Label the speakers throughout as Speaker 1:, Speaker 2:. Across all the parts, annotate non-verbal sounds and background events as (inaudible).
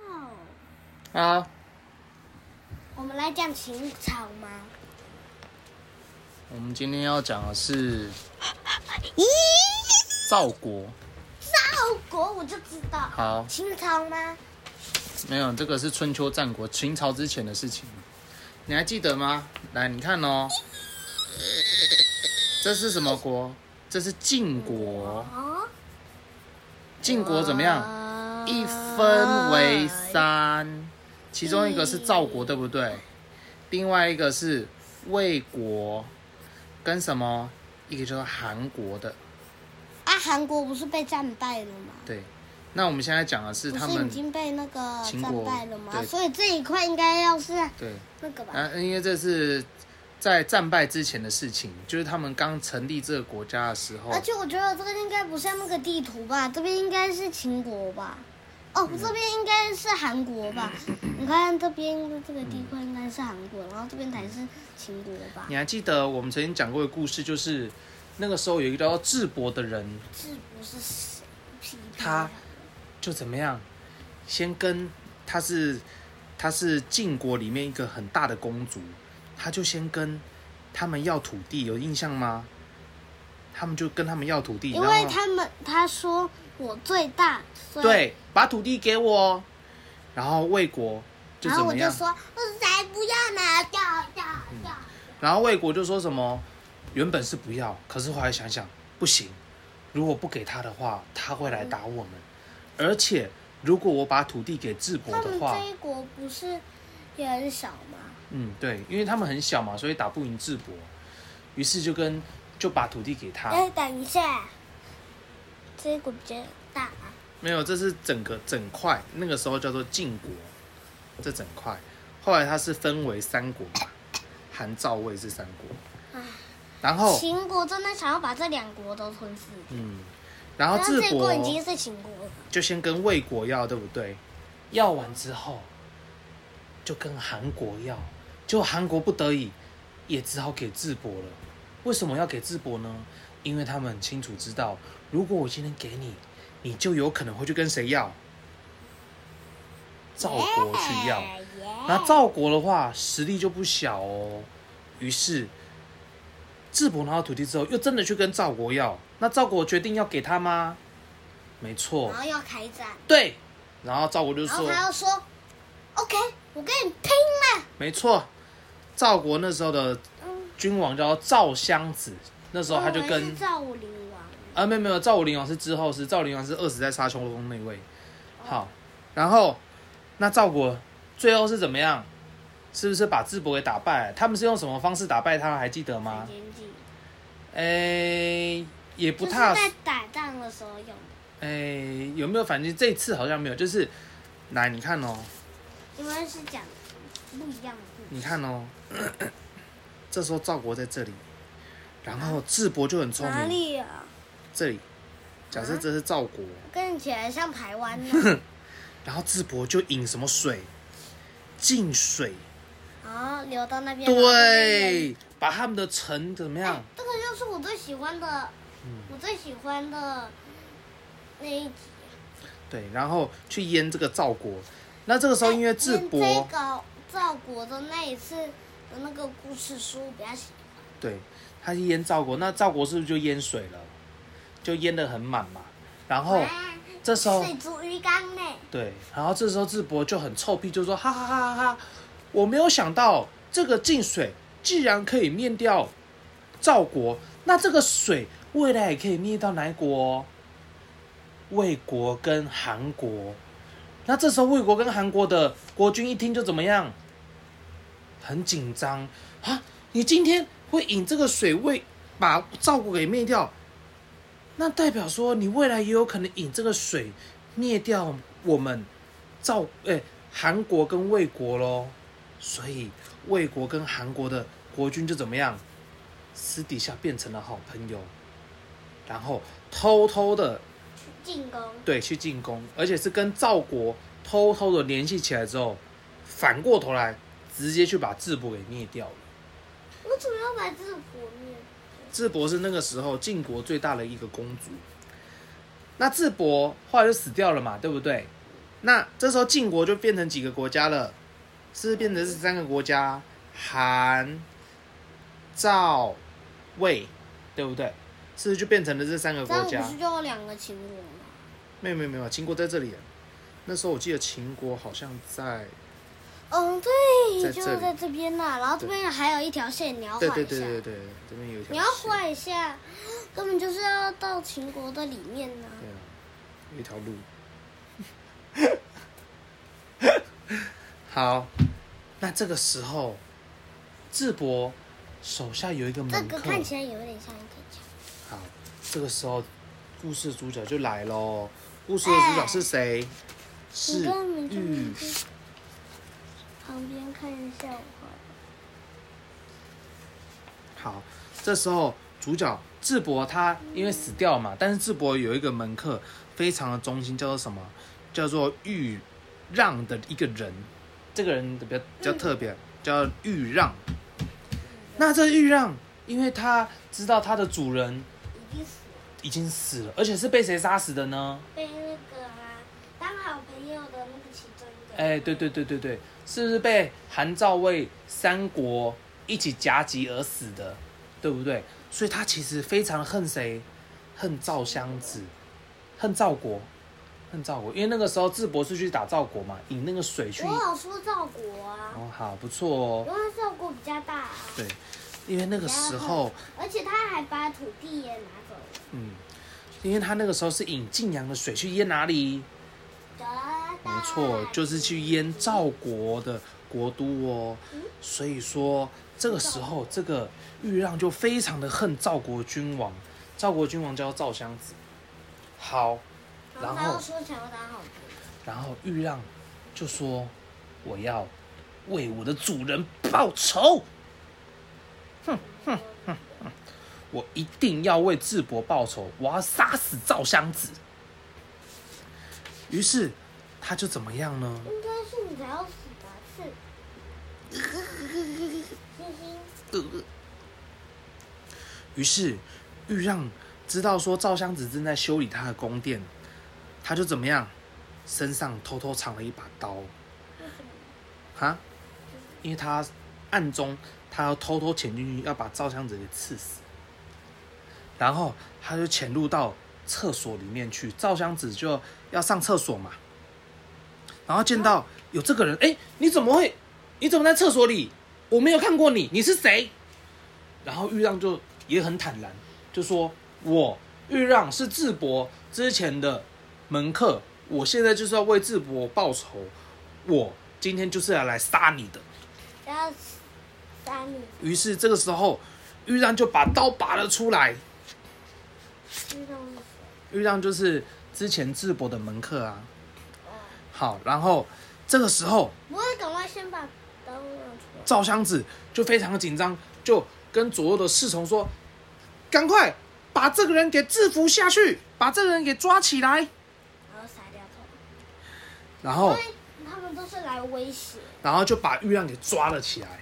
Speaker 1: 好，
Speaker 2: 哦我们来讲情场吗？
Speaker 1: 我们今天要讲的是
Speaker 2: 咦，
Speaker 1: 赵国。
Speaker 2: 赵国我就知道。
Speaker 1: 好，
Speaker 2: 秦朝吗？
Speaker 1: 没有，这个是春秋战国秦朝之前的事情，你还记得吗？来，你看哦，这是什么国？这是晋国。
Speaker 2: 哦，
Speaker 1: 晋国怎么样？
Speaker 2: 呃
Speaker 1: 一分为三，其中一个是赵国，对不对？另外一个是魏国，跟什么？一个就是韩国的。
Speaker 2: 啊，韩国不是被战败了吗？
Speaker 1: 对，那我们现在讲的是
Speaker 2: 不
Speaker 1: 他
Speaker 2: 是已
Speaker 1: 们
Speaker 2: 经被那个
Speaker 1: 秦
Speaker 2: 战
Speaker 1: 国
Speaker 2: 败了吗？
Speaker 1: 对
Speaker 2: 所以这一块应该要是
Speaker 1: 对。
Speaker 2: 那个吧？
Speaker 1: 啊，因为这是在战败之前的事情，就是他们刚成立这个国家的时候
Speaker 2: 而，且我觉得这个应该不像那个地图吧，这边应该是秦国吧？哦，
Speaker 1: 嗯
Speaker 2: 这边应该是韩国吧？你看这边这个地块应该是韩国，然后这边才是秦国吧？
Speaker 1: 你还记得我们曾经讲过的故事，就是那个时候有一个叫智伯的人，
Speaker 2: 这不是谁匹配
Speaker 1: 他
Speaker 2: 啊？
Speaker 1: 就怎么样，先跟他是他是晋国里面一个很大的公主，他就先跟他们要土地，有印象吗？他们就跟他们要土地，
Speaker 2: 因
Speaker 1: 然
Speaker 2: 为
Speaker 1: 后
Speaker 2: 他们他说我最大，所以
Speaker 1: 对，把土地给我，哦然后魏国就
Speaker 2: 然
Speaker 1: 怎
Speaker 2: 后我
Speaker 1: 么
Speaker 2: 就
Speaker 1: 样？
Speaker 2: 说我才不要拿掉掉掉，
Speaker 1: 然后魏国就说什么，原本是不要，可是后来想想不行，如果不给他的话，他会来打我们，而且如果我把土地给智伯
Speaker 2: 他
Speaker 1: 的
Speaker 2: 们
Speaker 1: 嗯话，
Speaker 2: 这一国不是也很小吗？
Speaker 1: 嗯，对，因为他们很小嘛，所以打不赢智伯，于是就跟就把土地给他，
Speaker 2: 哎、等一下，这一国比较大啊。
Speaker 1: 没有，这是整个整块，那个时候叫做晋国，这整块，后来它是分为三国嘛，韩赵魏是三国，然后
Speaker 2: 秦国真的想要把这两国都吞噬，
Speaker 1: 嗯，然后
Speaker 2: 但
Speaker 1: 智
Speaker 2: 是这一
Speaker 1: 伯
Speaker 2: 国已经是秦国了。
Speaker 1: 就先跟魏国要，对不对？要完之后，就跟韩国要，就韩国不得已也只好给智伯了。为什么要给智伯呢？因为他们很清楚知道，如果我今天给你，你就有可能会去跟谁要？赵国去要。
Speaker 2: 耶
Speaker 1: 那赵国的话，实力就不小哦。于是，智伯拿到土地之后，又真的去跟赵国要。那赵国决定要给他吗？没错。
Speaker 2: 然后要开战，
Speaker 1: 对，然后赵国就
Speaker 2: 然后
Speaker 1: 说，
Speaker 2: 他又说：“OK，我跟你拼了。
Speaker 1: 没错，赵国那时候的
Speaker 2: 嗯
Speaker 1: 君王叫赵襄子，那”时候他就
Speaker 2: 哦我以为
Speaker 1: 跟
Speaker 2: 是赵武灵王，
Speaker 1: 啊，没有没有，赵武灵王是之后是赵武灵王是饿死在沙丘中那位，好，然后那赵国最后是怎么样？是不是把智伯给打败了？他们是用什么方式打败他？还记得吗
Speaker 2: 很？经济，
Speaker 1: 诶，也不
Speaker 2: 就是
Speaker 1: 踏实
Speaker 2: 在打仗的时候用的。
Speaker 1: 诶，有没有反击？这一次好像没有，就是来你看哦，
Speaker 2: 因为是讲不一样的故事。
Speaker 1: 你看哦， (clears throat) 这时候赵国在这里，然后智伯就很聪
Speaker 2: 啊哪
Speaker 1: 明，
Speaker 2: 里啊？
Speaker 1: 这里，假设这是赵国，
Speaker 2: 跟你起来像台湾呢。
Speaker 1: (laughs) 然后智伯就引什么水，进水，
Speaker 2: 然后流到那边。哎
Speaker 1: 对，把他们的城怎么样？嗯
Speaker 2: 这个就是我最喜欢的，我最喜欢的那一集。
Speaker 1: 对，然后去淹这个赵国。那这个时候因为智
Speaker 2: 哎这
Speaker 1: 伯，
Speaker 2: 个赵国的那一次的那个故事书比较喜欢，
Speaker 1: 对，他去淹赵国，那赵国是不是就淹水了？就淹得很满嘛。然后
Speaker 2: 哇
Speaker 1: 这哦时候
Speaker 2: 水族鱼缸呢，
Speaker 1: 对，然后这时候智伯就很臭屁，就说哈哈哈哈哈，我没有想到这个进水既然可以灭掉赵国，那这个水未来也可以灭到哪一国哦？魏国跟韩国。那这时候魏国跟韩国的国君一听就怎么样？很紧张啊！你今天会引这个水位把赵国给灭掉，那代表说你未来也有可能引这个水灭掉我们赵诶、韩国跟魏国喽。所以魏国跟韩国的国君就怎么样，私底下变成了好朋友，然后偷偷的
Speaker 2: 进攻
Speaker 1: 对去进攻，而且是跟赵国偷偷的联系起来之后，反过头来直接去把智伯给灭掉了。
Speaker 2: 我怎么要把这个破灭？
Speaker 1: 智伯是那个时候晋国最大的一个公主。那智伯后来就死掉了嘛，对不对？那这时候晋国就变成几个国家了，是不是变成是三个国家，韩、赵、魏，对不对？是不是就变成了这三个
Speaker 2: 这
Speaker 1: 国
Speaker 2: 样
Speaker 1: 家
Speaker 2: 不？是就有两个秦国吗？
Speaker 1: 没有没有没有，秦国在这里。那时候我记得秦国好像在，
Speaker 2: 嗯，
Speaker 1: 在
Speaker 2: 对，就
Speaker 1: 这里
Speaker 2: 在这边呐、然后这边还有一条线，你要画一
Speaker 1: 对
Speaker 2: 下。
Speaker 1: 对对对对，这边有一条线。
Speaker 2: 你要画一下，根本就是要到秦国的里面呐、
Speaker 1: 对啊，有一条路。好，那这个时候，智伯手下有一个门
Speaker 2: 这
Speaker 1: 客。
Speaker 2: 个看起来有点像一个墙。
Speaker 1: 好，这个时候，故事主角就来喽。故事的主角是谁？
Speaker 2: 哎你
Speaker 1: 是
Speaker 2: 根本就没
Speaker 1: 玉
Speaker 2: 有去旁边看一下我。
Speaker 1: 好，这时候主角智伯他因为死掉嘛，但是智伯有一个门客非常的忠心，叫做什么？叫做豫让的一个人。这个人比较比较特别，叫豫让。那这豫让，因为他知道他的主人
Speaker 2: 已经死了，
Speaker 1: 已经死了，而且是被谁杀死的呢？
Speaker 2: 被那个啊，当好朋友的那个其中一个。
Speaker 1: 哎，对对对对对，是不是被韩赵魏三国一起夹击而死的，对不对？所以他其实非常恨谁？恨赵襄子，恨赵国，恨赵国。因为那个时候智伯是去打赵国嘛，引那个水去。
Speaker 2: 我
Speaker 1: 哦，
Speaker 2: 有说赵国啊，
Speaker 1: 好，不错哦。
Speaker 2: 因为赵国比较大、啊，
Speaker 1: 对，因为那个时候，
Speaker 2: 而且他还把土地也拿走了。
Speaker 1: 嗯，因为他那个时候是引晋阳的水去淹哪里？没
Speaker 2: 没
Speaker 1: 错，就是去淹赵国的国都哦。所以说，这个时候这个豫让就非常的恨赵国君王，赵国君王叫赵襄子。好，然
Speaker 2: 然
Speaker 1: 后
Speaker 2: 后说想要当好朋友，
Speaker 1: 然后豫让就说：“我要为我的主人报仇，我一定要为智伯报仇，我要杀死赵襄子。”于是他就怎么样呢？
Speaker 2: 应该是你才要死吧？是。星星，
Speaker 1: 于是豫让知道说赵襄子正在修理他的宫殿，他就怎么样，身上偷偷藏了一把刀，
Speaker 2: 为什么？
Speaker 1: 哈，因为他暗中他要偷偷潜进去，要把赵襄子给刺死。然后他就潜入到厕所里面去，赵襄子就要上厕所嘛，然后见到有这个人，哎，你怎么会？你怎么在厕所里？我没有看过你，你是谁？然后豫让就也很坦然，就说：“我豫让是智伯之前的门客，我现在就是要为智伯报仇，我今天就是要来杀你的。”
Speaker 2: 要死杀你，
Speaker 1: 于是这个时候，豫让就把刀拔了出来。
Speaker 2: 知道吗？
Speaker 1: 豫让就是之前智伯的门客啊。好，然后这个时候
Speaker 2: 不会，赶快先把刀拿出来。
Speaker 1: 赵襄子就非常的紧张，就跟左右的侍从说：“赶快把这个人给制服下去，把这个人给抓起来。
Speaker 2: 然后杀掉他，”
Speaker 1: 然后，
Speaker 2: 因为哦他们都是来威胁。
Speaker 1: 然后就把豫让给抓了起来。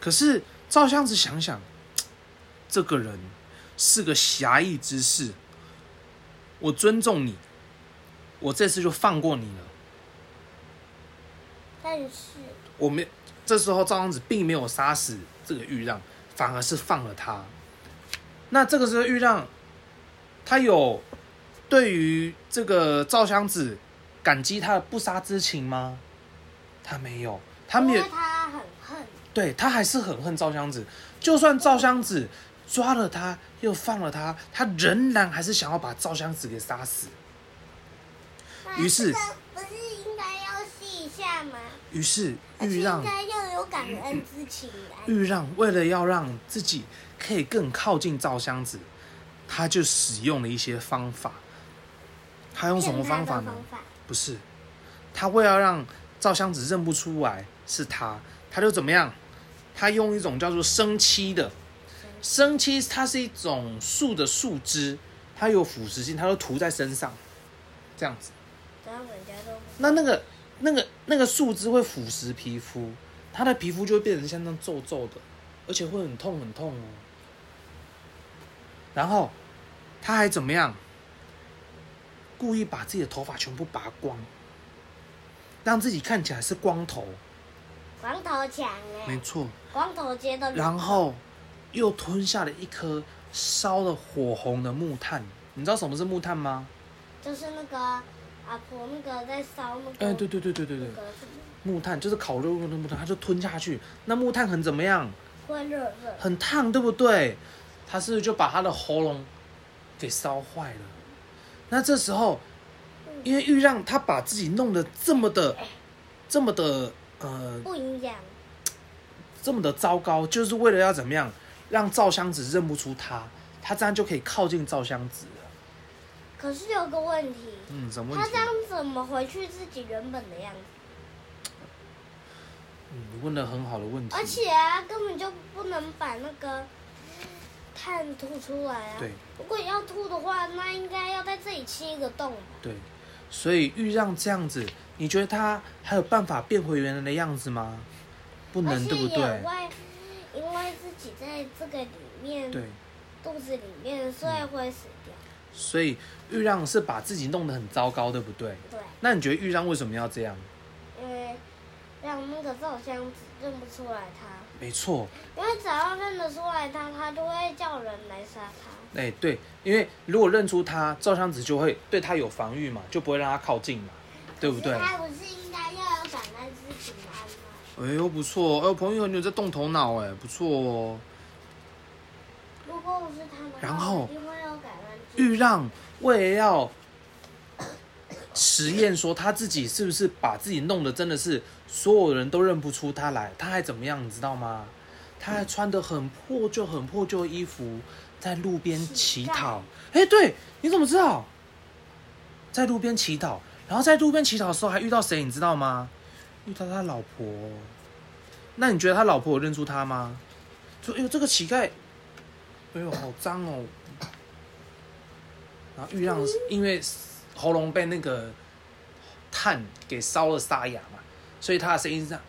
Speaker 1: 可是赵襄子想想，嘖这个人是个侠义之士，我尊重你，我这次就放过你了。
Speaker 2: 但是
Speaker 1: 我没这时候赵襄子并没有杀死这个豫让，反而是放了他。那这个时候豫让，他有对于这个赵襄子感激他的不杀之情吗？他没有，他没
Speaker 2: 因
Speaker 1: 有
Speaker 2: 为，他很恨，
Speaker 1: 对他还是很恨赵襄子。就算赵襄子抓了他又放了他，他仍然还是想要把赵襄子给杀死。
Speaker 2: 那
Speaker 1: 于是
Speaker 2: 这个不是应该要试一下吗？
Speaker 1: 于是
Speaker 2: 而且
Speaker 1: 豫让
Speaker 2: 应该要有感恩之情啊。
Speaker 1: 豫让为了要让自己可以更靠近赵襄子，他就使用了一些方法。他用什么方法
Speaker 2: 骗他
Speaker 1: 呢
Speaker 2: 的？方法
Speaker 1: 不是，他为了让赵襄子认不出来是他，他就怎么样？他用一种叫做生漆的，生漆它是一种树的树枝，它有腐蚀性，它就涂在身上，这样子。
Speaker 2: 等下人家都不
Speaker 1: 那那个那个那个树枝会腐蚀皮肤，它的皮肤就会变成像那样皱皱的，而且会很痛很痛哦。然后他还怎么样？故意把自己的头发全部拔光，让自己看起来是光头，
Speaker 2: 光头强
Speaker 1: 没
Speaker 2: 哎，
Speaker 1: 错，
Speaker 2: 光头街的
Speaker 1: 然后又吞下了一颗烧的火红的木炭。你知道什么是木炭吗？
Speaker 2: 就是那个阿婆那个在烧那个，
Speaker 1: 哎、对对对对对对
Speaker 2: 那，个什么
Speaker 1: 木炭就是烤肉用的木炭，它就吞下去。那木炭很怎么样？
Speaker 2: 会热热，
Speaker 1: 很烫，对不对？他是不是就把他的喉咙给烧坏了？那这时候，因为玉让他把自己弄得这么的、这么的呃、
Speaker 2: 不影响，
Speaker 1: 这么的糟糕，就是为了要怎么样让赵襄子认不出他，他这样就可以靠近赵襄子了。
Speaker 2: 可是有个问题，
Speaker 1: 嗯，什么问
Speaker 2: 他
Speaker 1: 题
Speaker 2: 这？样怎么回去自己原本的样子？
Speaker 1: 嗯，你问的很好的问题。
Speaker 2: 而且啊，根本就不能把那个碳吐出来啊。
Speaker 1: 对。
Speaker 2: 如果要吐的话，那应该要在这里切一个洞吧。
Speaker 1: 对，所以玉让这样子，你觉得他还有办法变回原来的样子吗？不
Speaker 2: 而
Speaker 1: 能，
Speaker 2: 且
Speaker 1: 对不
Speaker 2: 也
Speaker 1: 对？
Speaker 2: 会因为自己在这个里面，
Speaker 1: 对。
Speaker 2: 肚子里面，所以会死掉。
Speaker 1: 所以玉让是把自己弄得很糟糕，对不对？
Speaker 2: 对，
Speaker 1: 那你觉得玉让为什么要这样？
Speaker 2: 因为让那个照相子认不出来他，
Speaker 1: 没错，
Speaker 2: 因为只要认得出来他，他就会叫人来杀他。
Speaker 1: 哎、对，因为如果认出他，赵襄子就会对他有防御嘛，就不会让他靠近嘛，对不对？
Speaker 2: 他不是应该要有感恩之情安吗？
Speaker 1: 哎呦，不错，哎呦，朋友你有在动头脑，哎，不错哦。
Speaker 2: 如果我是他们，
Speaker 1: 然
Speaker 2: 我一
Speaker 1: 后嗯
Speaker 2: 定会有感恩之情。
Speaker 1: 玉让为了要实验说他自己是不是把自己弄得真的是所有人都认不出他来，他还怎么样，你知道吗？他还穿的很破旧、很破旧的衣服，在路边乞讨。哎、对，你怎么知道？在路边乞讨，然后在路边乞讨的时候还遇到谁，你知道吗？遇到他老婆。那你觉得他老婆有认出他吗？说，哎呦，这个乞丐，哎呦，好脏哦。然后玉让因为喉咙被那个炭给烧了沙哑嘛，所以他的声音是这样，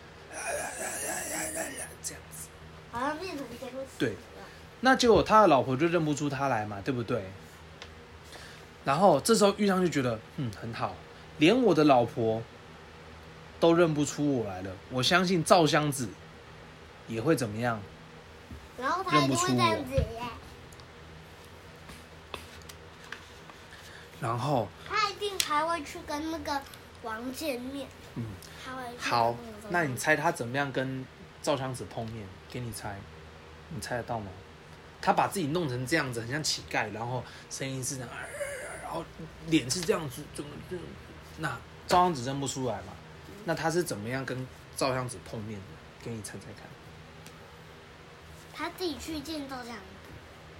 Speaker 1: 这样子。
Speaker 2: 好像变成监控器
Speaker 1: 对
Speaker 2: 了
Speaker 1: 那结果他的老婆就认不出他来嘛，对不对？然后这时候玉让就觉得，嗯，很好，连我的老婆都认不出我来了，我相信赵襄子也会怎么样？
Speaker 2: 然后他一定会这样子哎耶，
Speaker 1: 然后
Speaker 2: 他一定还会去跟那个王见面。
Speaker 1: 嗯，
Speaker 2: 他会去跟
Speaker 1: 好
Speaker 2: 个王，
Speaker 1: 那你猜他怎么样跟赵襄子碰面？给你猜，你猜得到吗？他把自己弄成这样子，很像乞丐，然后声音是这样，然后脸是这样子，怎么就那赵襄子认不出来嘛？那他是怎么样跟赵襄子碰面的？给你猜猜看。
Speaker 2: 他自己去见到这样，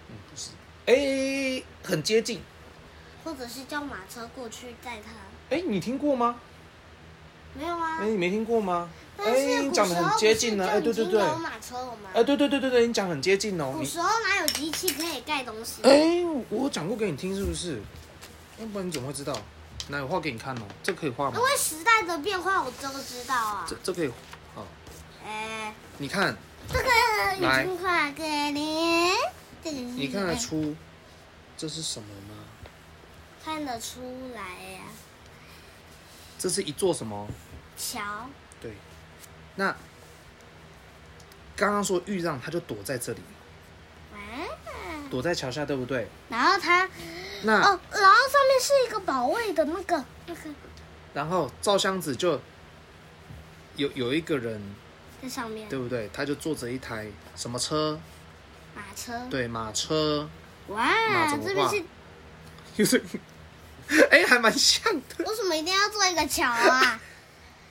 Speaker 1: 嗯，不是，哎、很接近。
Speaker 2: 或者是叫马车过去载他。
Speaker 1: 哎、你听过吗？
Speaker 2: 没有啊
Speaker 1: 哎、，你没听过吗？哎、
Speaker 2: 但是
Speaker 1: 你
Speaker 2: 古
Speaker 1: 讲
Speaker 2: 时
Speaker 1: 的
Speaker 2: 候
Speaker 1: 很接近呢、哎、
Speaker 2: 不
Speaker 1: 对
Speaker 2: 是就
Speaker 1: 对
Speaker 2: 已经
Speaker 1: 对，
Speaker 2: 有
Speaker 1: 哎、
Speaker 2: 马车了吗？
Speaker 1: 对对对对对，你讲很接近哦、
Speaker 2: 古
Speaker 1: 你
Speaker 2: 时候哪有机器可以盖东西？
Speaker 1: 哎、我讲过给你听是不是？要不然你怎么会知道？那有画给你看哦，这可以画吗
Speaker 2: 因？为时代的变化，我都知道啊
Speaker 1: 这。这可以，
Speaker 2: 哎，
Speaker 1: 你看，
Speaker 2: 这个已经画给你，这个已经
Speaker 1: 你看得出这是什么吗？
Speaker 2: 看得出来啊呀、
Speaker 1: 这是一座什么？
Speaker 2: 桥，
Speaker 1: 对，那刚刚说豫让他就躲在这里，
Speaker 2: 嗯，
Speaker 1: 躲在桥下，对不对？
Speaker 2: 然后他
Speaker 1: 那、
Speaker 2: 哦，然后上面是一个保卫的那个那个
Speaker 1: 然后赵襄子就有有一个人，
Speaker 2: 在上面
Speaker 1: 对不对？他就坐着一台什么车？
Speaker 2: 马车，
Speaker 1: 对，马车，马
Speaker 2: 哇，
Speaker 1: 怎么
Speaker 2: 这边
Speaker 1: 画
Speaker 2: 是
Speaker 1: 就是， (laughs) 哎，还蛮像的。
Speaker 2: 为什么一定要做一个桥
Speaker 1: (laughs)
Speaker 2: 啊？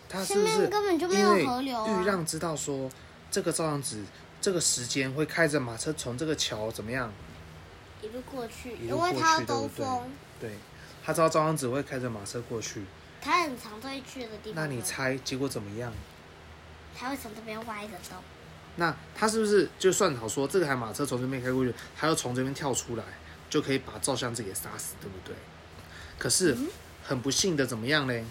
Speaker 1: 他是
Speaker 2: 前
Speaker 1: 不
Speaker 2: 面
Speaker 1: 是
Speaker 2: 根本就没有河流
Speaker 1: 因
Speaker 2: 啊
Speaker 1: 为玉让知道说，这个赵阳子这个时间会开着马车从这个桥怎么样？
Speaker 2: 一路过去，
Speaker 1: 一
Speaker 2: 因
Speaker 1: 路
Speaker 2: 为
Speaker 1: 过
Speaker 2: 它要
Speaker 1: 去对不
Speaker 2: 兜
Speaker 1: 对
Speaker 2: 风，
Speaker 1: 对，他知道赵阳子会开着马车过去。
Speaker 2: 它很常会去的地方。
Speaker 1: 那你猜结果怎么样？
Speaker 2: 它会从这边挖一个洞，
Speaker 1: 那他是不是就算好说，这台马车从这边开过去，他要从这边跳出来，就可以把赵襄子给杀死，对不对？可是
Speaker 2: 嗯
Speaker 1: 很不幸的，怎么样嘞？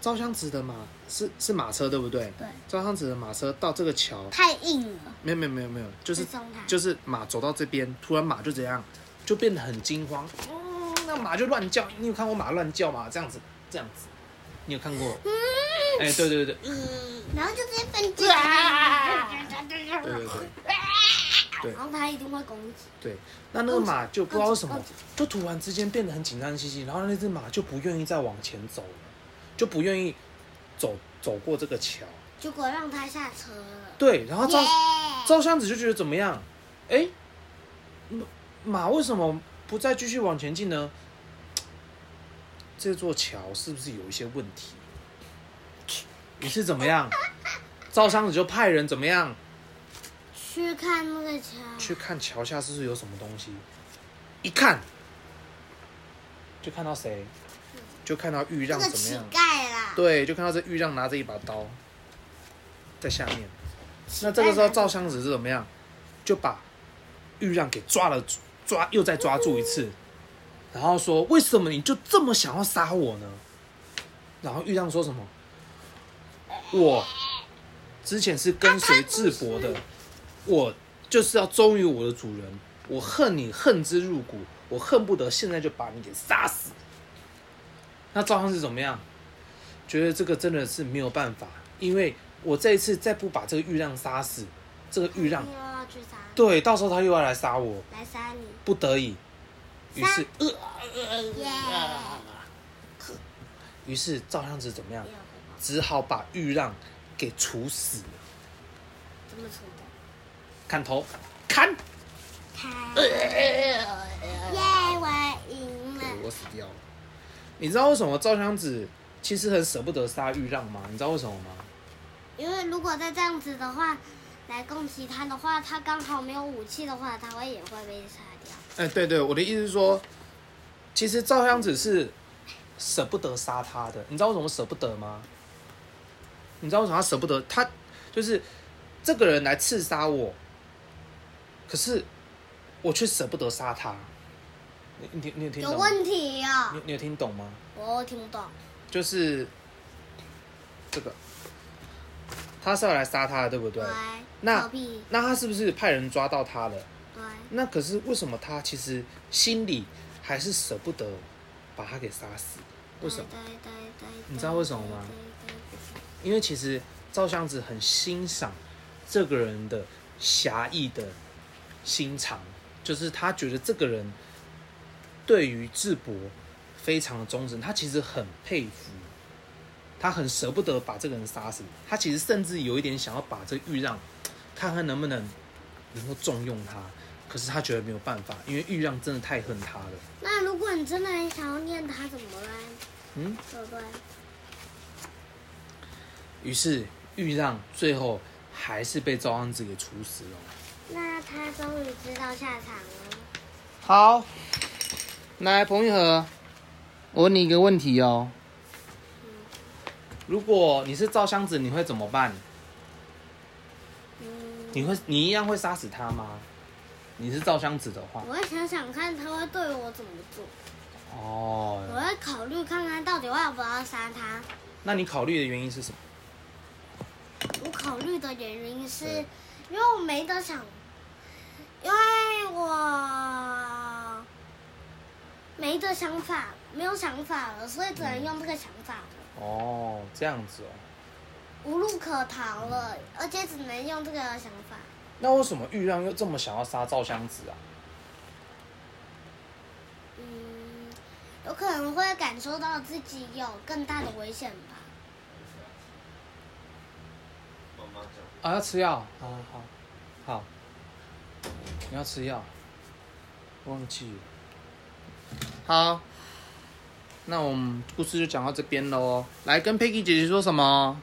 Speaker 1: 赵襄子的马是是马车，对不对？
Speaker 2: 对。
Speaker 1: 赵襄子的马车到这个桥，
Speaker 2: 太硬了，
Speaker 1: 没有没有没有没有，就是
Speaker 2: 会撞它。
Speaker 1: 就是马走到这边，突然马就怎样，就变得很惊慌，嗯，那马就乱叫。你有看过马乱叫吗？这样子，这样子，你有看过？哎、对对对，
Speaker 2: 嗯然后就直接分解，
Speaker 1: 啊对对对
Speaker 2: (laughs)
Speaker 1: 对
Speaker 2: 然后他一定会攻击。
Speaker 1: 对。那那个马就不知道为什么，就突然之间变得很紧张兮兮，然后那只马就不愿意再往前走了，就不愿意走走过这个桥。
Speaker 2: 结果让他下车了，
Speaker 1: 对，然后照
Speaker 2: 耶
Speaker 1: 照箱子就觉得怎么样？哎，马马为什么不再继续往前进呢？这座桥是不是有一些问题？于是怎么样？赵箱子就派人怎么样
Speaker 2: 去看那个桥，
Speaker 1: 去看桥下是不是有什么东西？一看，就看到谁？就看到
Speaker 2: 那
Speaker 1: 豫让
Speaker 2: 个
Speaker 1: 怎么
Speaker 2: 乞
Speaker 1: 样？
Speaker 2: 丐啦，
Speaker 1: 对，就看到这豫让拿着一把刀在下面。那这个时候赵襄子是怎么样？就把豫让给抓了，抓又再抓住一次，然后说：“为什么你就这么想要杀我呢？”然后豫让说什么？我之前是跟随智伯的，我就是要忠于我的主人，我恨你恨之入骨，我恨不得现在就把你给杀死。那赵襄子怎么样？觉得这个真的是没有办法，因为我这一次再不把这个豫让杀死，这个豫让
Speaker 2: 又要去杀，
Speaker 1: 对，到时候他又要来杀我，
Speaker 2: 来杀你，
Speaker 1: 不得已，于是，呃
Speaker 2: 耶！
Speaker 1: 于是赵襄子怎么样
Speaker 2: 没有，回报
Speaker 1: 只好把豫让给处死，
Speaker 2: 怎么处
Speaker 1: (laughs)
Speaker 2: 的？
Speaker 1: 砍头，砍，
Speaker 2: 他，耶，我赢
Speaker 1: 对
Speaker 2: 了，
Speaker 1: 我死掉了。你知道为什么赵襄子其实很舍不得杀豫让吗？你知道为什么吗？
Speaker 2: 因为如果再这样子的话，来攻击他的话，他刚好没有武器的话，他会也会被杀掉。
Speaker 1: 哎、对对，我的意思是说，其实赵襄子是舍不得杀他的。你知道为什么舍不得吗？你知道为什么他舍不得？他就是这个人来刺杀我，可是我却舍不得杀他。你你你有听
Speaker 2: 有
Speaker 1: 懂吗？
Speaker 2: 问题呀、
Speaker 1: 你你有听懂吗？
Speaker 2: 我听不懂。
Speaker 1: 就是这个，他是要来杀他的，对不对？那
Speaker 2: 逃避，
Speaker 1: 那他是不是派人抓到他了？
Speaker 2: 对，
Speaker 1: 那可是为什么他其实心里还是舍不得把他给杀死？为什么？
Speaker 2: 对对对对对
Speaker 1: 你知道为什么吗
Speaker 2: 对对对
Speaker 1: 因为其实赵襄子很欣赏这个人的侠义的心肠，就是他觉得这个人对于智伯非常的忠诚，他其实很佩服，他很舍不得把这个人杀死，他其实甚至有一点想要把这个豫让看看能不能能够重用他，可是他觉得没有办法，因为豫让真的太恨他了。
Speaker 2: 那如果你真的很想要念他，怎么办？
Speaker 1: 嗯，
Speaker 2: 对不对？
Speaker 1: 于是豫让最后还是被赵襄子给处死了。
Speaker 2: 那他终于知道下场了。
Speaker 1: 好，来彭玉和，我问你一个问题哦。如果你是赵襄子，你会怎么办？
Speaker 2: 嗯，
Speaker 1: 你会你一样会杀死他吗？你是赵襄子的话，
Speaker 2: 我会想想看他会对我怎么做，我
Speaker 1: 哦，
Speaker 2: 会考虑看看到底我要不要杀他。
Speaker 1: 那你考虑的原因是什么？
Speaker 2: 我考虑的原因是，
Speaker 1: 对
Speaker 2: 因为我没得想，因为我没得想法，没有想法了，所以只能用这个想法了，
Speaker 1: 哦，这样子哦。
Speaker 2: 无路可逃了，而且只能用这个想法。
Speaker 1: 那为什么豫让又这么想要杀赵襄子啊？
Speaker 2: 嗯，有可能会感受到自己有更大的危险吧。
Speaker 1: 啊，要吃药啊，好好好，你要吃药，忘记了。好，那我们故事就讲到这边喽哦。来跟 Peggy 姐姐说什么？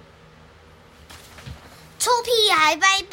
Speaker 2: 臭屁孩，拜拜。